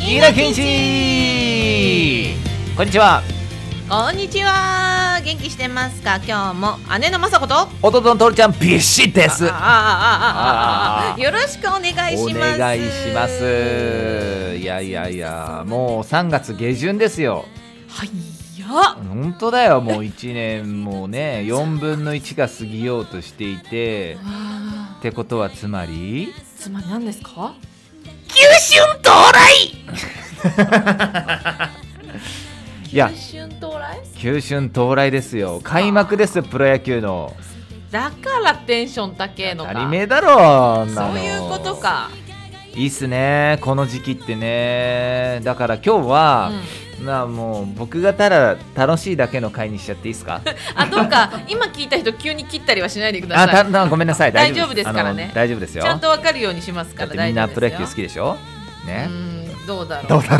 飯田健一こんにちはこんにちは元気してますか今日も姉の雅子と弟のトルちゃんビシッですああああああよろしくお願いおします願いしますいやいやいやもう3月下旬ですよはいや本当だよもう1年も うね4分の1が過ぎようとしていてあってことはつまりーつまり何ですか九春到 来いや春到来九春到来ですよ開幕ですよプロ野球のだからテンション高えの当かたり前だろんなそのういうことか、いいっすねこの時期ってねだから今う日んは、まあもう僕がただ楽しいだけの回にしちゃっていいですかあどうか今聞いた人急に切ったりはし ないでくだあさたいたごめんなさい大丈夫ですからねあの大丈夫ですちよゃんとわかるようにしますかだっらて大みん丈な夫プでロすよ野球好きでしょね、うんどうだろうどうだ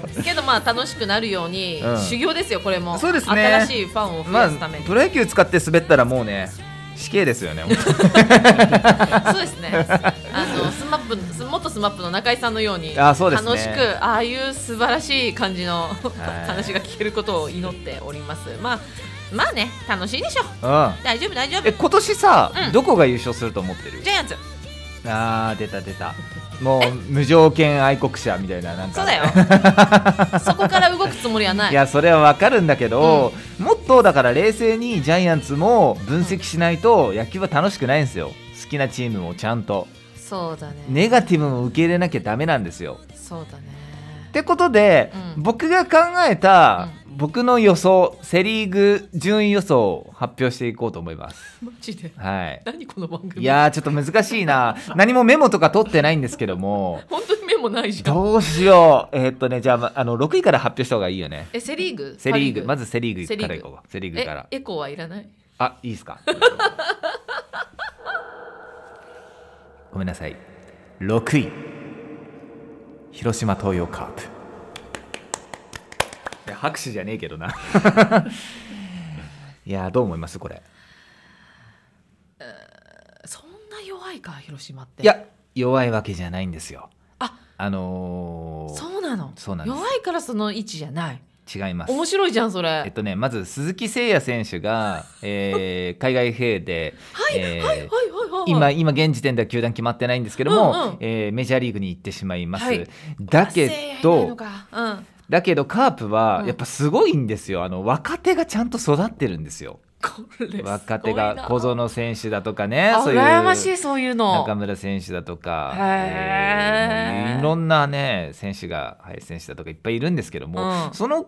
ろけどまあ楽しくなるように、うん修行ですよこれもそうですね新しいファンをう増まやあすために、プロ野球使って滑ったらもうね死刑です よねそうですねあのスマップス元スマップの中井さんのように あそうですね楽しくああいう素晴らしい感じのい話が聞けることを祈っておりますまあまあね楽しいでしょうん大丈夫大丈夫え今年さ、うんどこが優勝すると思ってるジャイアンツあー出た出たもう無条件愛国者みたいななんかそう だよそこから動くつもりはないいやそれはわかるんだけど、もっとだから冷静にジャイアンツも分析しないと野球は楽しくないんですよ好きなチームもちゃんとそうだねネガティブも受け入れなきゃダメなんですよそうだねってことで、うん僕が考えた、僕の予想セ・リーグ順位予想を発表していこうと思いますマジではい何この番組いやーちょっと難しいな何もメモとか取ってないんですけども 本当に目もないじゃんどうしようえーっとねじゃあ,、まあの6位から発表した方がいいよねえセ・リーグセ・リーグまずずセ・リーセグリーグからいこうかセ・リーグえからエコーはいらないあいいですかごめんなさい6位広島東洋カープいや拍手じゃねえけどな いやどう思いますこれそんな弱いか広島っていや弱いわけじゃないんですよああのーそうなのそうなんです弱いからその位置じゃない違います面白いじゃんそえっれとねまず鈴木誠也選 手が、えー海外兵で、はいえーはいはいはいはい今今現時点では球団決まってないんですけども、うんうんえーメジャーリーグに行ってしまいます、はいだけどうんだけどカープはうんやっぱすごいんですよ、あの若手がちゃんと育ってるんですよこれすごいな若手が小園選手だとかねあそういう羨ましいそういうの中村選手だとか、へーえーいろんなね選手が林選手だとかいっぱいいるんですけども、うんその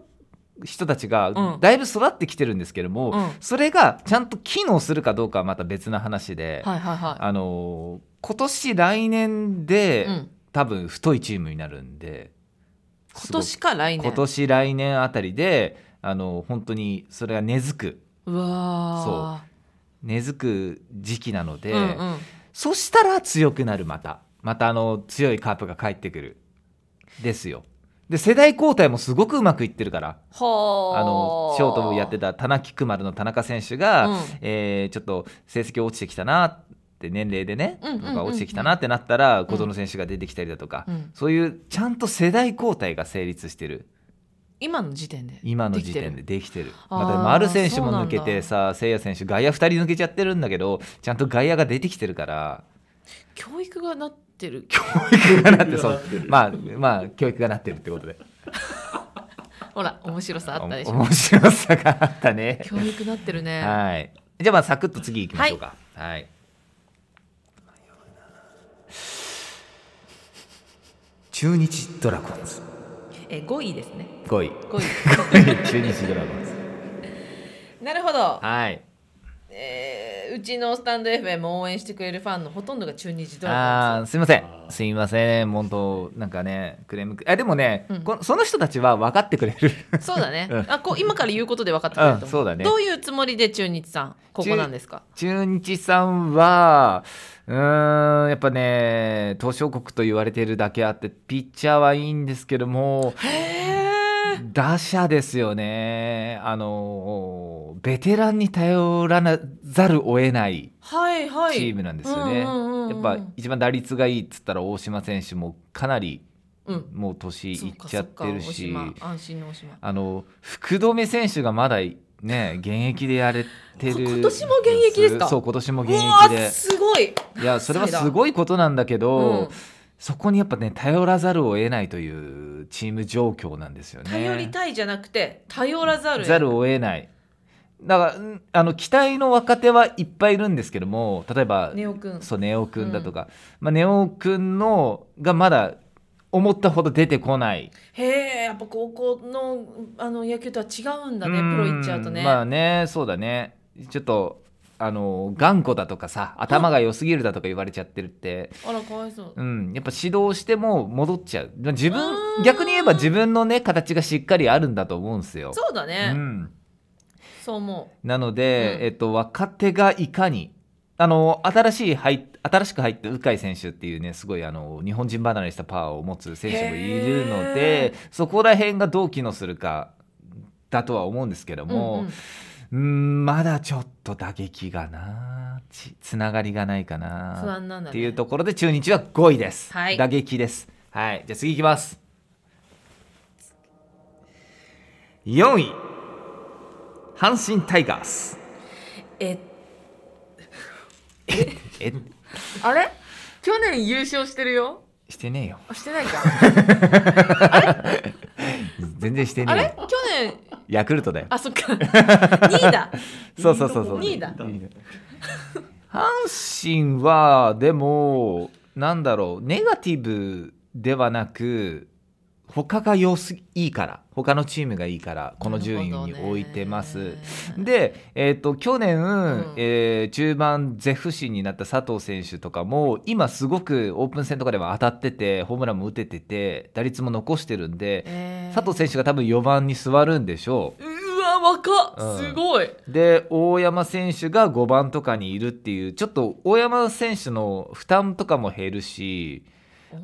人たちうがんだいぶ育ってきてるんですけども、うんそれがちゃんと機能するかどうかはまた別な話で、はいはいはあのー今年来年で、い、うん、多分太いチームになるんで今年か来すご年い今年来年あたりであのー本当にそれが根付くうわ根付く時期なので、ーうんうん、そしたら強くなるまたまたあの強いカープが帰ってくるですよで世代交代もすごくうまくいってるからほーあのショートもやってた田中菊丸の田中選手が、うんえーちょっと成績落ちてきたなって年齢でね、うんうんうんうんとか落ちてきたなってなったら小園選手が出てきたりだとか、うんそういうちゃんと世代交代が成立してる今の時点で今の時点できてるできてるあーまた丸選手そうもなん抜だけてさ誠也選手外野2人抜けちゃってるんだけどちゃんと外野が出てきてるから 教育がなってるだって そうまあまあ教育がなってるってことでほら面白さあったでしおょ面白さがあったね教育なってるね はい。じゃあまあサクッと次行きましょうか。はい。中日ドラゴンズえ5位ですね5位5 中日ドラゴンズ位 なるほどはいえーうちのスタンド FM を応援してくれるファンのほとんどが中日ドラあーすいませんすいません本当なんかねクレームあでもね、うんこその人たちは分かってくれるゴンズそうだね、 うんあこう今から言うことで分かってくれると思うんそうだねどういうつもりで中日さんここなんですか中日さんはうーんやっぱね東証国と言われてるだけあってピッチャーはいいんですけどもへえ打者ですよね。あのうベテランに頼らなざるを得ないはいはいチームなんですよね。うんうんうんうんやっぱ一番打率がいいっつったら大島選手もかなりうんもう年いっちゃってるしそうかそうか大島安心の大島あの福留選手がまだね現役でやれてるこ今年も現役ですかそう今年も現う役わですごいいやそれはすごいことなんだけど、うんそこにやっぱね頼らざるを得ないというチーム状況なんですよね。頼りたいじゃなくて頼らざるへざるを得ないだからんあの期待の若手はいっぱいいるんですけども例えばネオくんそうネオくんだとか、まあ、ネオくんのがまだ思ったほど出てこないへえやっぱ高校のあの野球とは違うんだねうんプロ行っちゃうとね、まあねそうだねちょっとあの頑固だとかさ頭が良すぎるだとか言われちゃってるって、あらかわいそううん、やっぱ指導しても戻っちゃうまあ自う分ん逆に言えば自分のね形がしっかりあるんだと思うんですよ。そうだね、うんそう思なので、うんえっと、若手がいかにあの新しい入っ新しく入った鵜飼選手っていうねすごいあの日本人離れしたパワーを持つ選手もいるのへでーそこら辺がどう機能するかだとは思うんですけどうもんうん、うんまだちょっと打撃がなちつながりがないか不な、安なんだ、ね、っていうところで中日は5位です、はい打撃ですはいじゃあ次いきます4位阪神タイガースええあれ去年優勝してるよしてねえよあしてない か全然してあねれ去年えよヤクルトだよあそっか 2位だそうそうそうそう2位だ阪神はでもなんだろうネガティブではなく他が良すぎいいから他のチームがいいからこの順位に置いてます、なるほどねで、えー、と去年、んえー中盤ゼフ神になった佐藤選手とかも今すごくオープン戦とかでは当たっててホームランも打ててて打率も残してるんで、えー佐藤選手が多分4番に座るんでしょうわ若うっんすごい、うで大山選手が5番とかにいるっていうちょっと大山選手の負担とかも減るし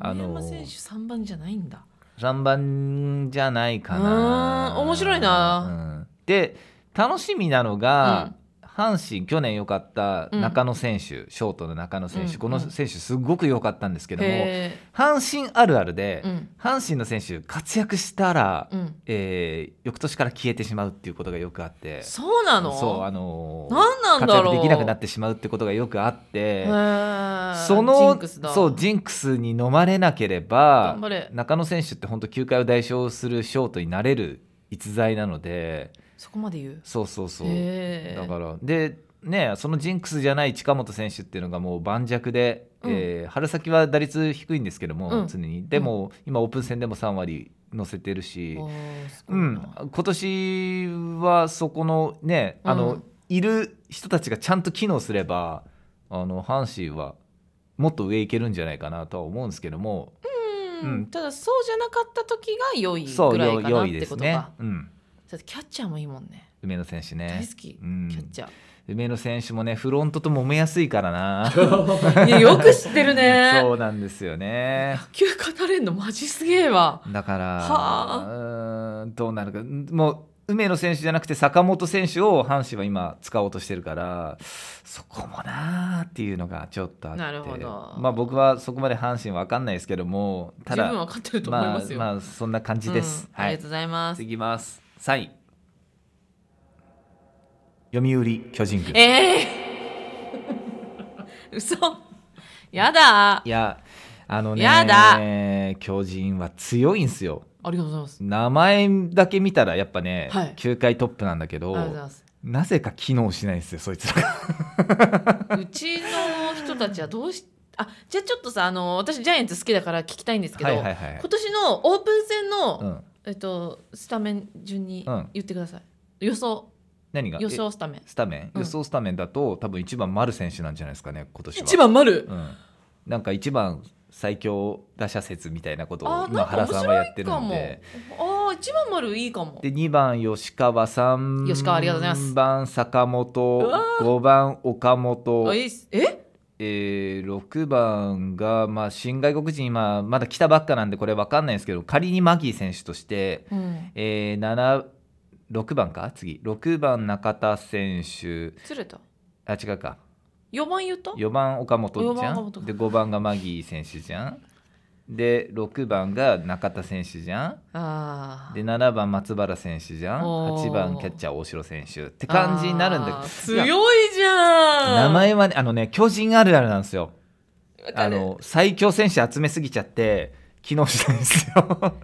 大あのー山選手3番じゃないんだ3番じゃないかなうーん面白いな、うんで楽しみなのが、阪神去年良かった中野選手、ショートの中野選手、うんこの選手すごく良かったんですけども、へ阪神あるあるで、えうん阪神の選手活躍したら、うんえー翌年から消えてしまうっていうことがよくあってそうなのそうあのー何なん活だ躍ろうできなくなってしまうってことがよくあってへーそのジンクスだそうジンクスに飲まれなければ頑張れ中野選手って本当球界を代表するショートになれる逸材なのでそこまで言うそうそうそうへえだからでねそのジンクスじゃない近本選手っていうのがもう盤石で、うんえー春先は打率低いんですけども、うん常にでも、今オープン戦でも3割乗せてるし、おーすごう、いなん今年はそこのねあの、うんいる人たちがちゃんと機能すればあの阪神はもっと上行けるんじゃないかなとは思うんですけども、ううんん、ただそうじゃなかった時が良いそうぐらいかよな良っいでてすことねか、。うん、だってキャッチャーもいいもんね。梅野選手ね大好き、うんキャッチャ 梅野選手もねフロントと揉めやすいか らなー。いやよく知ってるね。そうなんですよね野球語れんのマジすげえわ。だからはうーんどうなるかもう梅野選手じゃなくて坂本選手を阪神は今使おうとしてるからそこもなーっていうのがちょっとあってなるほどまあ、僕はそこまで阪神わかんないですけどもた十だ分わかってると思いますよ。まあ、まあそんな感じです、うんありがとうございます。次いきます3位読売巨人軍ええー。 嘘。やだい。やあのねや巨人は強いんすよありがとうございます。名前だけ見たらやっぱね、はい球界トップなんだけありどがとうございます。なぜか機能しないんですよそいつらうちの人たちはどうし、あ、じゃあちょっとさ、あの私ジャイアンツ好きだから聞きたいんですけど、はいはいはい今年のオープン戦の、うん、えっと、スタメン順にうん言ってください。予想、何が予え想スタメン。スタメン、うん予想スタメンだと多分1番丸選手なんじゃないですかね今年は一、番丸、うん、なんか1番最強打者説みたいなことあをーな今んか原面さんはや白っているかんも。でああ、一番丸いいかも。で2番吉川さん吉川ありがとうございます番坂本うわ5番岡あ本いいっすええー、6番が、まあ、新外国人今まだ来たばっかなんでこれ分かんないんですけど仮にマギー選手として、うん。えー、7 6番か次6番中田選手ずれたあ違うか4番言った4番岡本じゃ四番岡ん本で5番がマギー選手じゃんで6番が中田選手じゃんあで7番松原選手じゃんおー8番キャッチャー大城選手って感じになるんだけどいや強いじゃん名前はねあのね巨人あるあるなんですよわかあるの最強選手集めすぎちゃって機能しないんですよなんか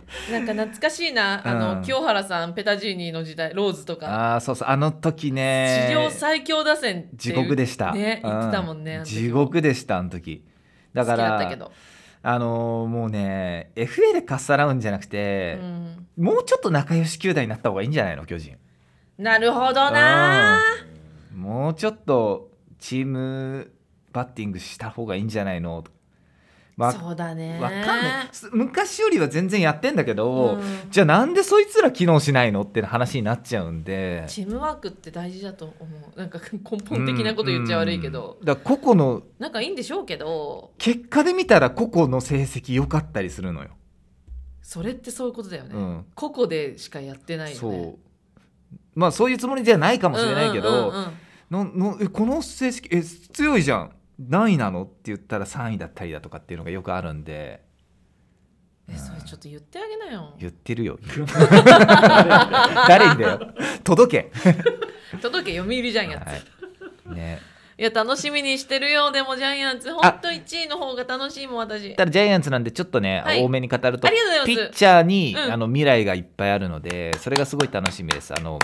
懐かしいなあの、うん清原さんペタジーニの時代ローズとか ああそうそうあの時ね史上最強打線って地獄でした、ねう言ってたもんねあの時地獄でしたあの時だか好きだったらけど、あのーもうね FA でかっさらうんじゃなくうて、ん、もうちょっと仲良し球団になった方がいいんじゃないの巨人なるほどなもうちょっとチームバッティングした方がいいんじゃないのわわかそうだねんないす昔よりは全然やってんだけうど、んじゃあなんでそいつら機能しないのって話になっちゃうんでチームワークって大事だと思うなんか根本的なこと言っちゃ悪いけど、うんだから個々のなんかいいんでしょうけど結果で見たら個々の成績良かったりするのよ、それってそういうことだよね、うん個々でしかやってないよねそうまあそういうつもりじゃないかかもしれないけど、ののえこの成績え強いじゃん何位なのって言ったら3位だったりだとかっていうのがよくあるんでえそれちょっと言ってあげなよ言ってる よ誰にだよ届け、届け読売ジャイアンツ、はい、ねいや楽しみにしてるよでもジャイアンツ本当1位の方が楽しいもん私ただジャイアンツなんでちょっとね、はい多めに語るとありがとうござピいますッチャーに、うんあの未来がいっぱいあるのでそれがすごい楽しみですあの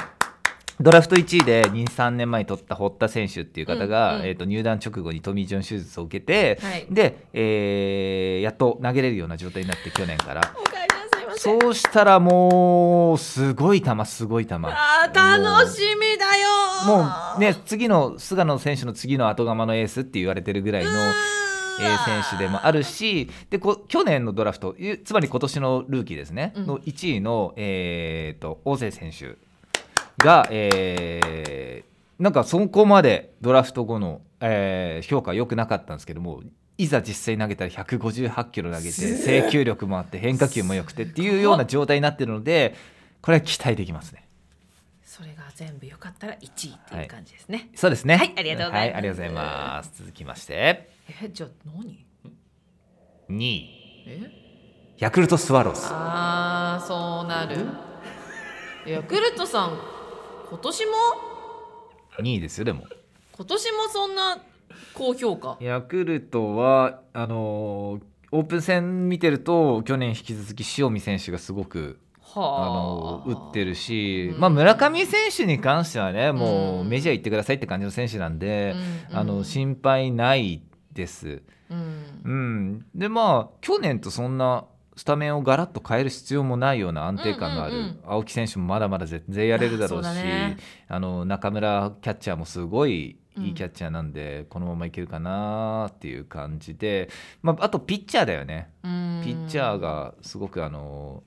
ドラフト1位で23年前に取った堀田選手っていう方が、うんうんえー、と入団直後にトミー・ジョン手術を受けて、はいで、えーやっと投げれるような状態になって去年からおかえりなさいませそうしたらもうすごい球すごい球あー楽しみだよーもうね次の菅野選手の次の後釜のエースって言われてるぐらいのうーわえー選手でもあるしでこ去年のドラフトいつまり今年のルーキーですね、うんの1位の、えー、と大勢選手が、えーなんかそこまでドラフト後の、えー評価良くなかったんですけどもいざ実際に投げたら158キロ投げてすげえ制球力もあって変化球も良くてっていうような状態になってるのでこれは期待できますね。それが全部よかったら1位っていう感じですね、そうですね。はいありがとうございますはありがとうございます続きましてえじゃあ何2位えヤクルトスワローズ。あーそうなるヤクルトさん今年も2位ですよでも。今年もそんな高評価ヤクルトはあのーオープン戦見てると去年引き続き塩見選手がすごく、あはのあー打ってるし、うんまあ、村上選手に関してはねもううんメジャー行ってくださいって感じの選手なんで、うんあうのん心配ないです。うんうん、でまあ去年とそんなスタメンをガラッと変える必要もないような安定感がある、うんうんうん青木選手もまだまだ全然やれるだろうしあそうだねあの中村キャッチャーもすごいいうんいキャッチャーなんで、このままいけるかなっていう感じで、まあ、あとピッチャーだよねうんピッチャーがすごくあの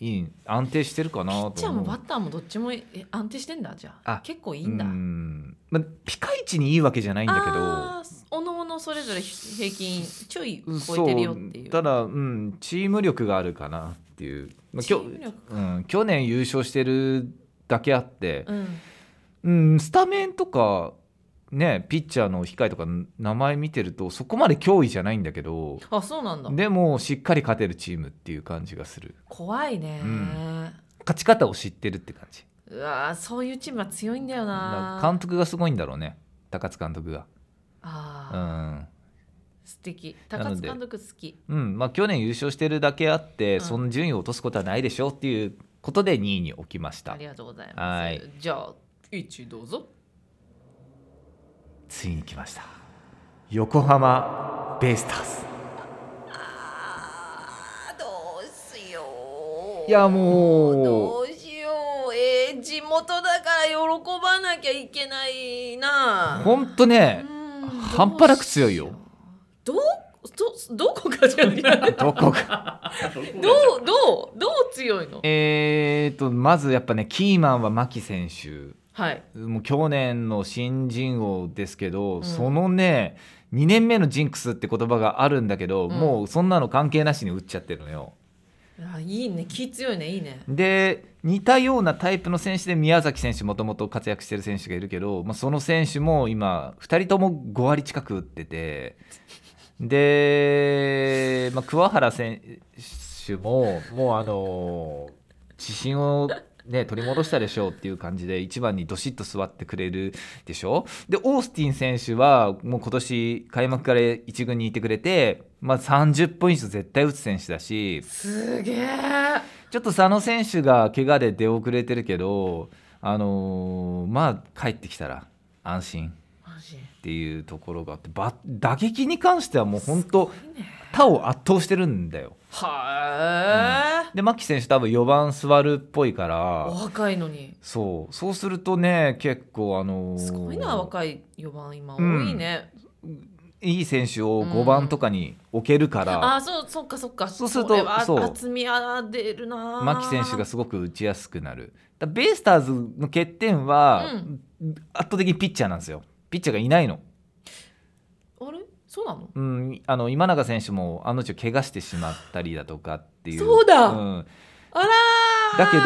いい安定してるかなピと思ッうチャーもバッターもどっちもえ安定してんだじゃああ結構いいんだ、うんまあ、ピカイチにいいわけじゃないんだけど。あーおのおのそれぞれ平均ちょい超えてるよっていうそうただ、うん、チーム力があるかなっていう、まあ、チきょーム力うん、去年優勝してるだけあって、うんうん、スタメンとか、ね、ピッチャーの控えとか名前見てるとそこまで脅威じゃないんだけどあそうなんだでもしっかり勝てるチームっていう感じがする怖いね、ううん勝ち方を知ってるって感じわーそういうチームは強いんだよだな監督がすごいんだろうね高津監督が。うあー、ん素敵な高の津で監督好きうんまあ、去年優勝してるだけあっうて、んその順位を落とすことはないでしょうっていうことで2位に置きましたありがとうございます、はいじゃあ一どうぞついに来ました横浜ベイスターズあどうしよういやもどううしようえー、地元だから喜ばなきゃいけないなほんとねうん半端なく強いよどうどどこかじゃ ないどこかどうどうどう強いのえーとまずやっぱねキーマンは牧選手はいもう去年の新人王ですけど、んそのね2年目のジンクスって言葉があるんだけど、んもうそんなの関係なしに打っちゃってるのよあいいね気強いねいいねで似たようなタイプの選手で宮崎選手もともと活躍してる選手がいるけど、まあ、その選手も今2人とも5割近く打っててで、まあ、桑原選手ももうあの自信を、ね、取り戻したでしょうっていう感じで1番にどしっと座ってくれるでしょでオースティン選手はもう今年開幕から1軍にいてくれて、まあ、30分以上絶対打つ選手だし。すげえちょっと佐野選手が怪我で出遅れてるけど、あのーまあ、帰ってきたら安心マジっていうところがあって、ば打撃に関してはもう本当、いいね他を圧倒してるんだよ。はで、牧選手、多分4番座るっぽいかえ、おら、若いのにそう、そうするとね、結構、あのーすごいな若い4番今多うんいね、いい選手を5番とかに置けるから、あそうそっかそっかそうするとこれはそう厚みあ出るな牧選手がすごく打ちやすくなる。だベイスターズの欠点は、うん圧倒的にピッチャーなんですよ。ピッチャーがいないの。あれそうなのうん、あの今永選手もあのち怪我してしまったりだとかっていうそうだん、あらーだけ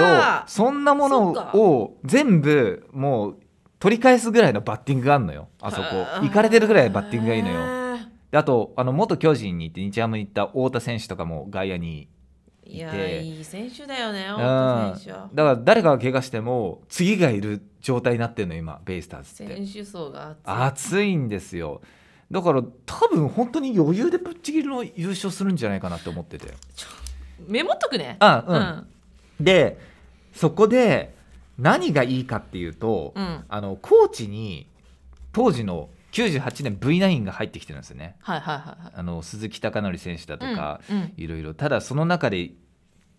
どそんなもそっのかを全部もう取り返すぐらいのバッティングがあるのよあそこ行かれてるぐらいバッティングがいいのよよであとあの元巨人に行って日ハムに行った太田選手とかも外野にいやいてーいい選手だよねうん大田選手はだから誰かが怪我しても次がいる状態になってるの今ベイスターズって選手層が厚い熱いんですよだから多分本当に余裕でぶっちぎりの優勝するんじゃないかなって思っててメモっとくねあううんんでそこで何がいいかっていうと、うんあのコーチに当時の98年 V9 が入ってきてるんですよねはいはいはいはいあの鈴木貴則選手だとか、うんうんいろいろただその中で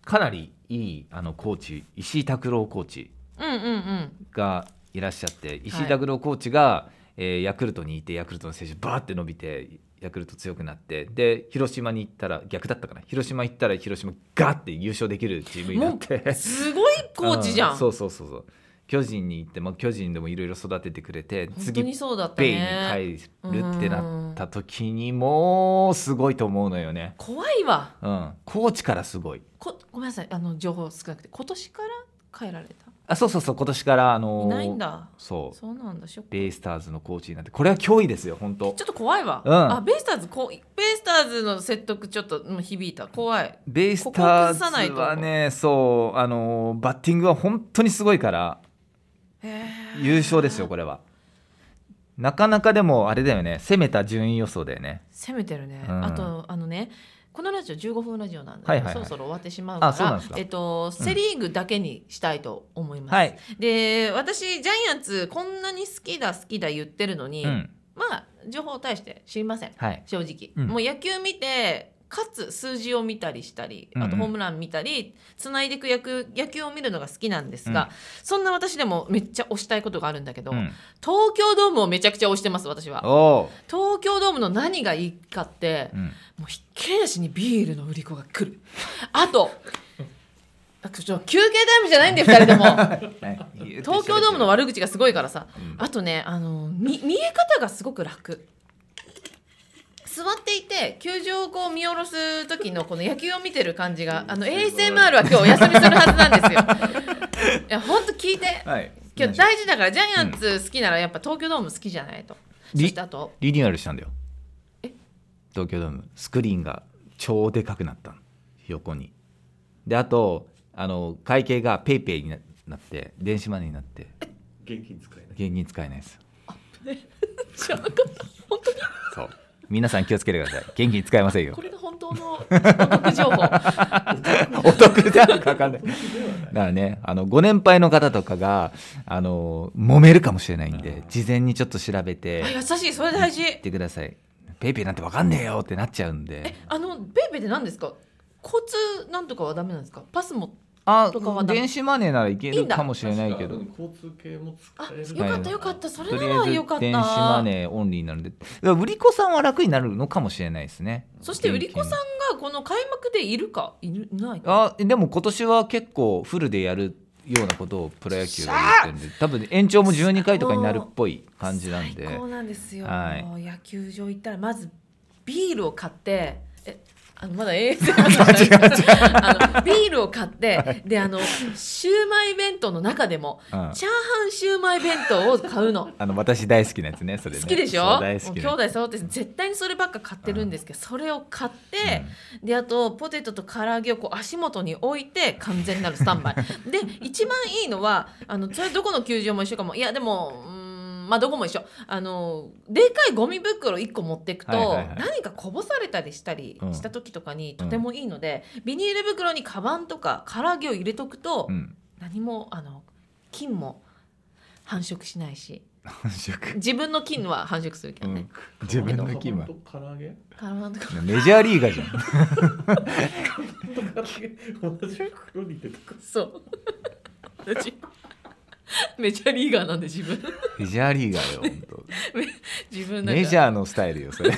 かなりいいあのコーチ石井拓郎コーチうんうんうんがいらっしゃって石井拓郎コーチが、えーヤクルトにいてヤクルトの選手バーって伸びてヤクルト強くなってで広島に行ったら逆だったかな広島行ったら広島ガーって優勝できるチームになってすごいコーチじゃん、うそうそうそうそう巨人に行って、まあ、巨人でもいろいろ育ててくれて本当に次そうだったベイにね帰るってなった時にもうすごいと思うのよね、怖いわうん、コーチからすごいこごめんなさいあの情報少なくて今年から変えられたあそうそうそう今年からあのーいないんだそうそうなんだしょベイスターズのコーチになってこれは脅威ですよ本当ちょっと怖いわ、うんあベイスターズこうベイスターズの説得ちょっとうん響いた怖いベイスタここ崩さないーズとはねそうあのーバッティングは本当にすごいからへー優勝ですよこれはなかなかでもあれだよね攻めた順位予想だよね攻めてるね、うんあとあのねこのラジオ15分ラジオなんで、はいはいはいそろそろ終わってしまうかあそうなんらですかえっと、セ・リーグだけにしたいと思います、はい、で私ジャイアンツこんなに好きだ好きだ言ってるのに、うん、まあ情報を対して知りませんはい正直、うんもう野球見てかつ数字を見たりしたりうんあうとんホームラン見たりつないでいく野球野球を見るのが好きなんですが、そんな私でもめっちゃ推したいことがあるんだけど、うん東京ドームをめちゃくちゃ推してます私はお東京ドームの何がいいかって、う、うん、もうひっきりなしにビールの売り子が来るあ とあちょっと休憩タイムじゃないんで2人と も東京ドームの悪口がすごいからさうんあとねあの見見え方がすごく楽座っていて球場をこう見下ろす時のこの野球を見てる感じがあの ASMR は今日お休みするはずなん ですよいや本当聞いてはい今日大事だからジャイアンツ好きならやっぱ東京ドーム好きじゃないと、そしてあとリニューアルしたんだよえ東京ドームスクリーンが超でかくなったの横にであとあの会計がペイペイにななって電子マネーになって現金使えない。現金使えないですよ知らなかった本当にそう皆さん気をつけてください現金使えませんよこれが本当のお得情 報お得じゃんかわかんないだからねあのご年配の方とかがあの揉めるかもしれないんで事前にちょっと調べてあ優しいそれ大事言ってくださいペイペイなんてわかんねえよってなっちゃうんであのベイベイって何ですか交通なんとかはダメなんですかパスもあとかはダメ電子マネーならいいけいるんだかもしれないけど確か交通系もあ使えるよかったよかったそれならとりよかあっえず電子マたネーオンリーになるんでだから売り子さんは楽になるのかもしれないですねそして売り子さんがこの開幕でいるかいるいないかあでも今年は結構フルでやるようなことをプロ野球が言ってるんで多分延長も12回とかになるっぽい感じなんで最高なんですよ、はい野球場行ったらまずビールを買ってえあのまだ ASMR の話違う違うあのビールを買って、であのシューマイ弁当の中でもうんチャーハンシューマイ弁当を買うのあの私大好きなやつねそれね好きでしそょう大好きもう兄弟揃って絶対にそればっか買ってるんですけど、それを買ってね、であとポテトと唐揚げをこう足元に置いて完全なるスタンバイ で一番いいのはあのそれどこの球場も一緒かもいやでもうーんまあどこも一緒あのでかいゴミ袋1個持っていくと、はいはいはい何かこぼされたりしたりうんした時とかにとてもいいので、ビニール袋にカバンとか唐揚げを入れとくと、うんうん何もあの菌も繁殖しないし 繁殖自分の菌は繁殖するけうどねん、自分の気分と唐揚げカラマンとかメジャーリーガーじゃん唐揚げ同じ袋に入れてくそう私メジャーリーガーなんで自分メジャーリーガーよ本当自分 なんかメジャーのスタイルよ それ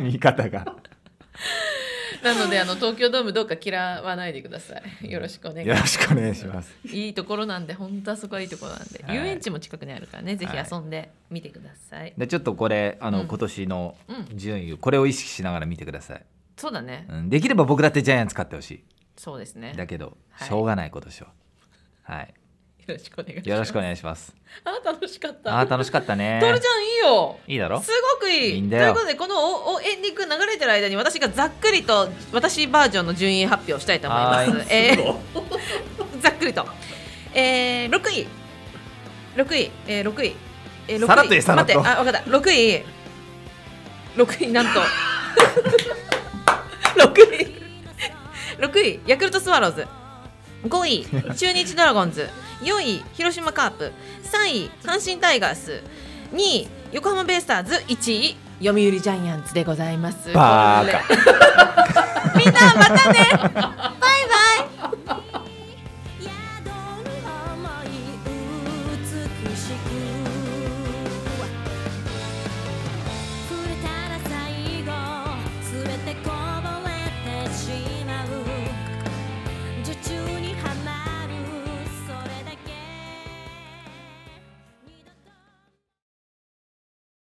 見方がなのであの東京ドームどうか嫌わないでくださいよろしくお願いよろしくお願いしますいいところなんで本当あそこはいいところなんで、はい遊園地も近くにあるからねぜひはい遊んでみてください、でちょっとこれあの、うん今年のうん順位これを意識しながら見てください、そうだねうん、できれば僕だってジャイアンツ勝ってほしそうですねいよだけど、はいしょうがない今年ははいろしくお願いしますよろしくお願いしますあー楽しかったあー楽しかったねトールちゃんいいよいいだろすごくいいいいんだよということでこのおおエンディング流れてる間に私がざっくりと私バージョンの順位発表したいと思いますはーいえーの ざっくりと、えー、6位6位、えー、6位、えー、6位さらっと言えさらっと待ってあ分かった6位6位なん と6位6位ヤクルトスワローズ5位中日ドラゴンズ4位広島カープ3位阪神タイガース2位横浜ベイスターズ1位読売ジャイアンツでございます バーカみんなまたね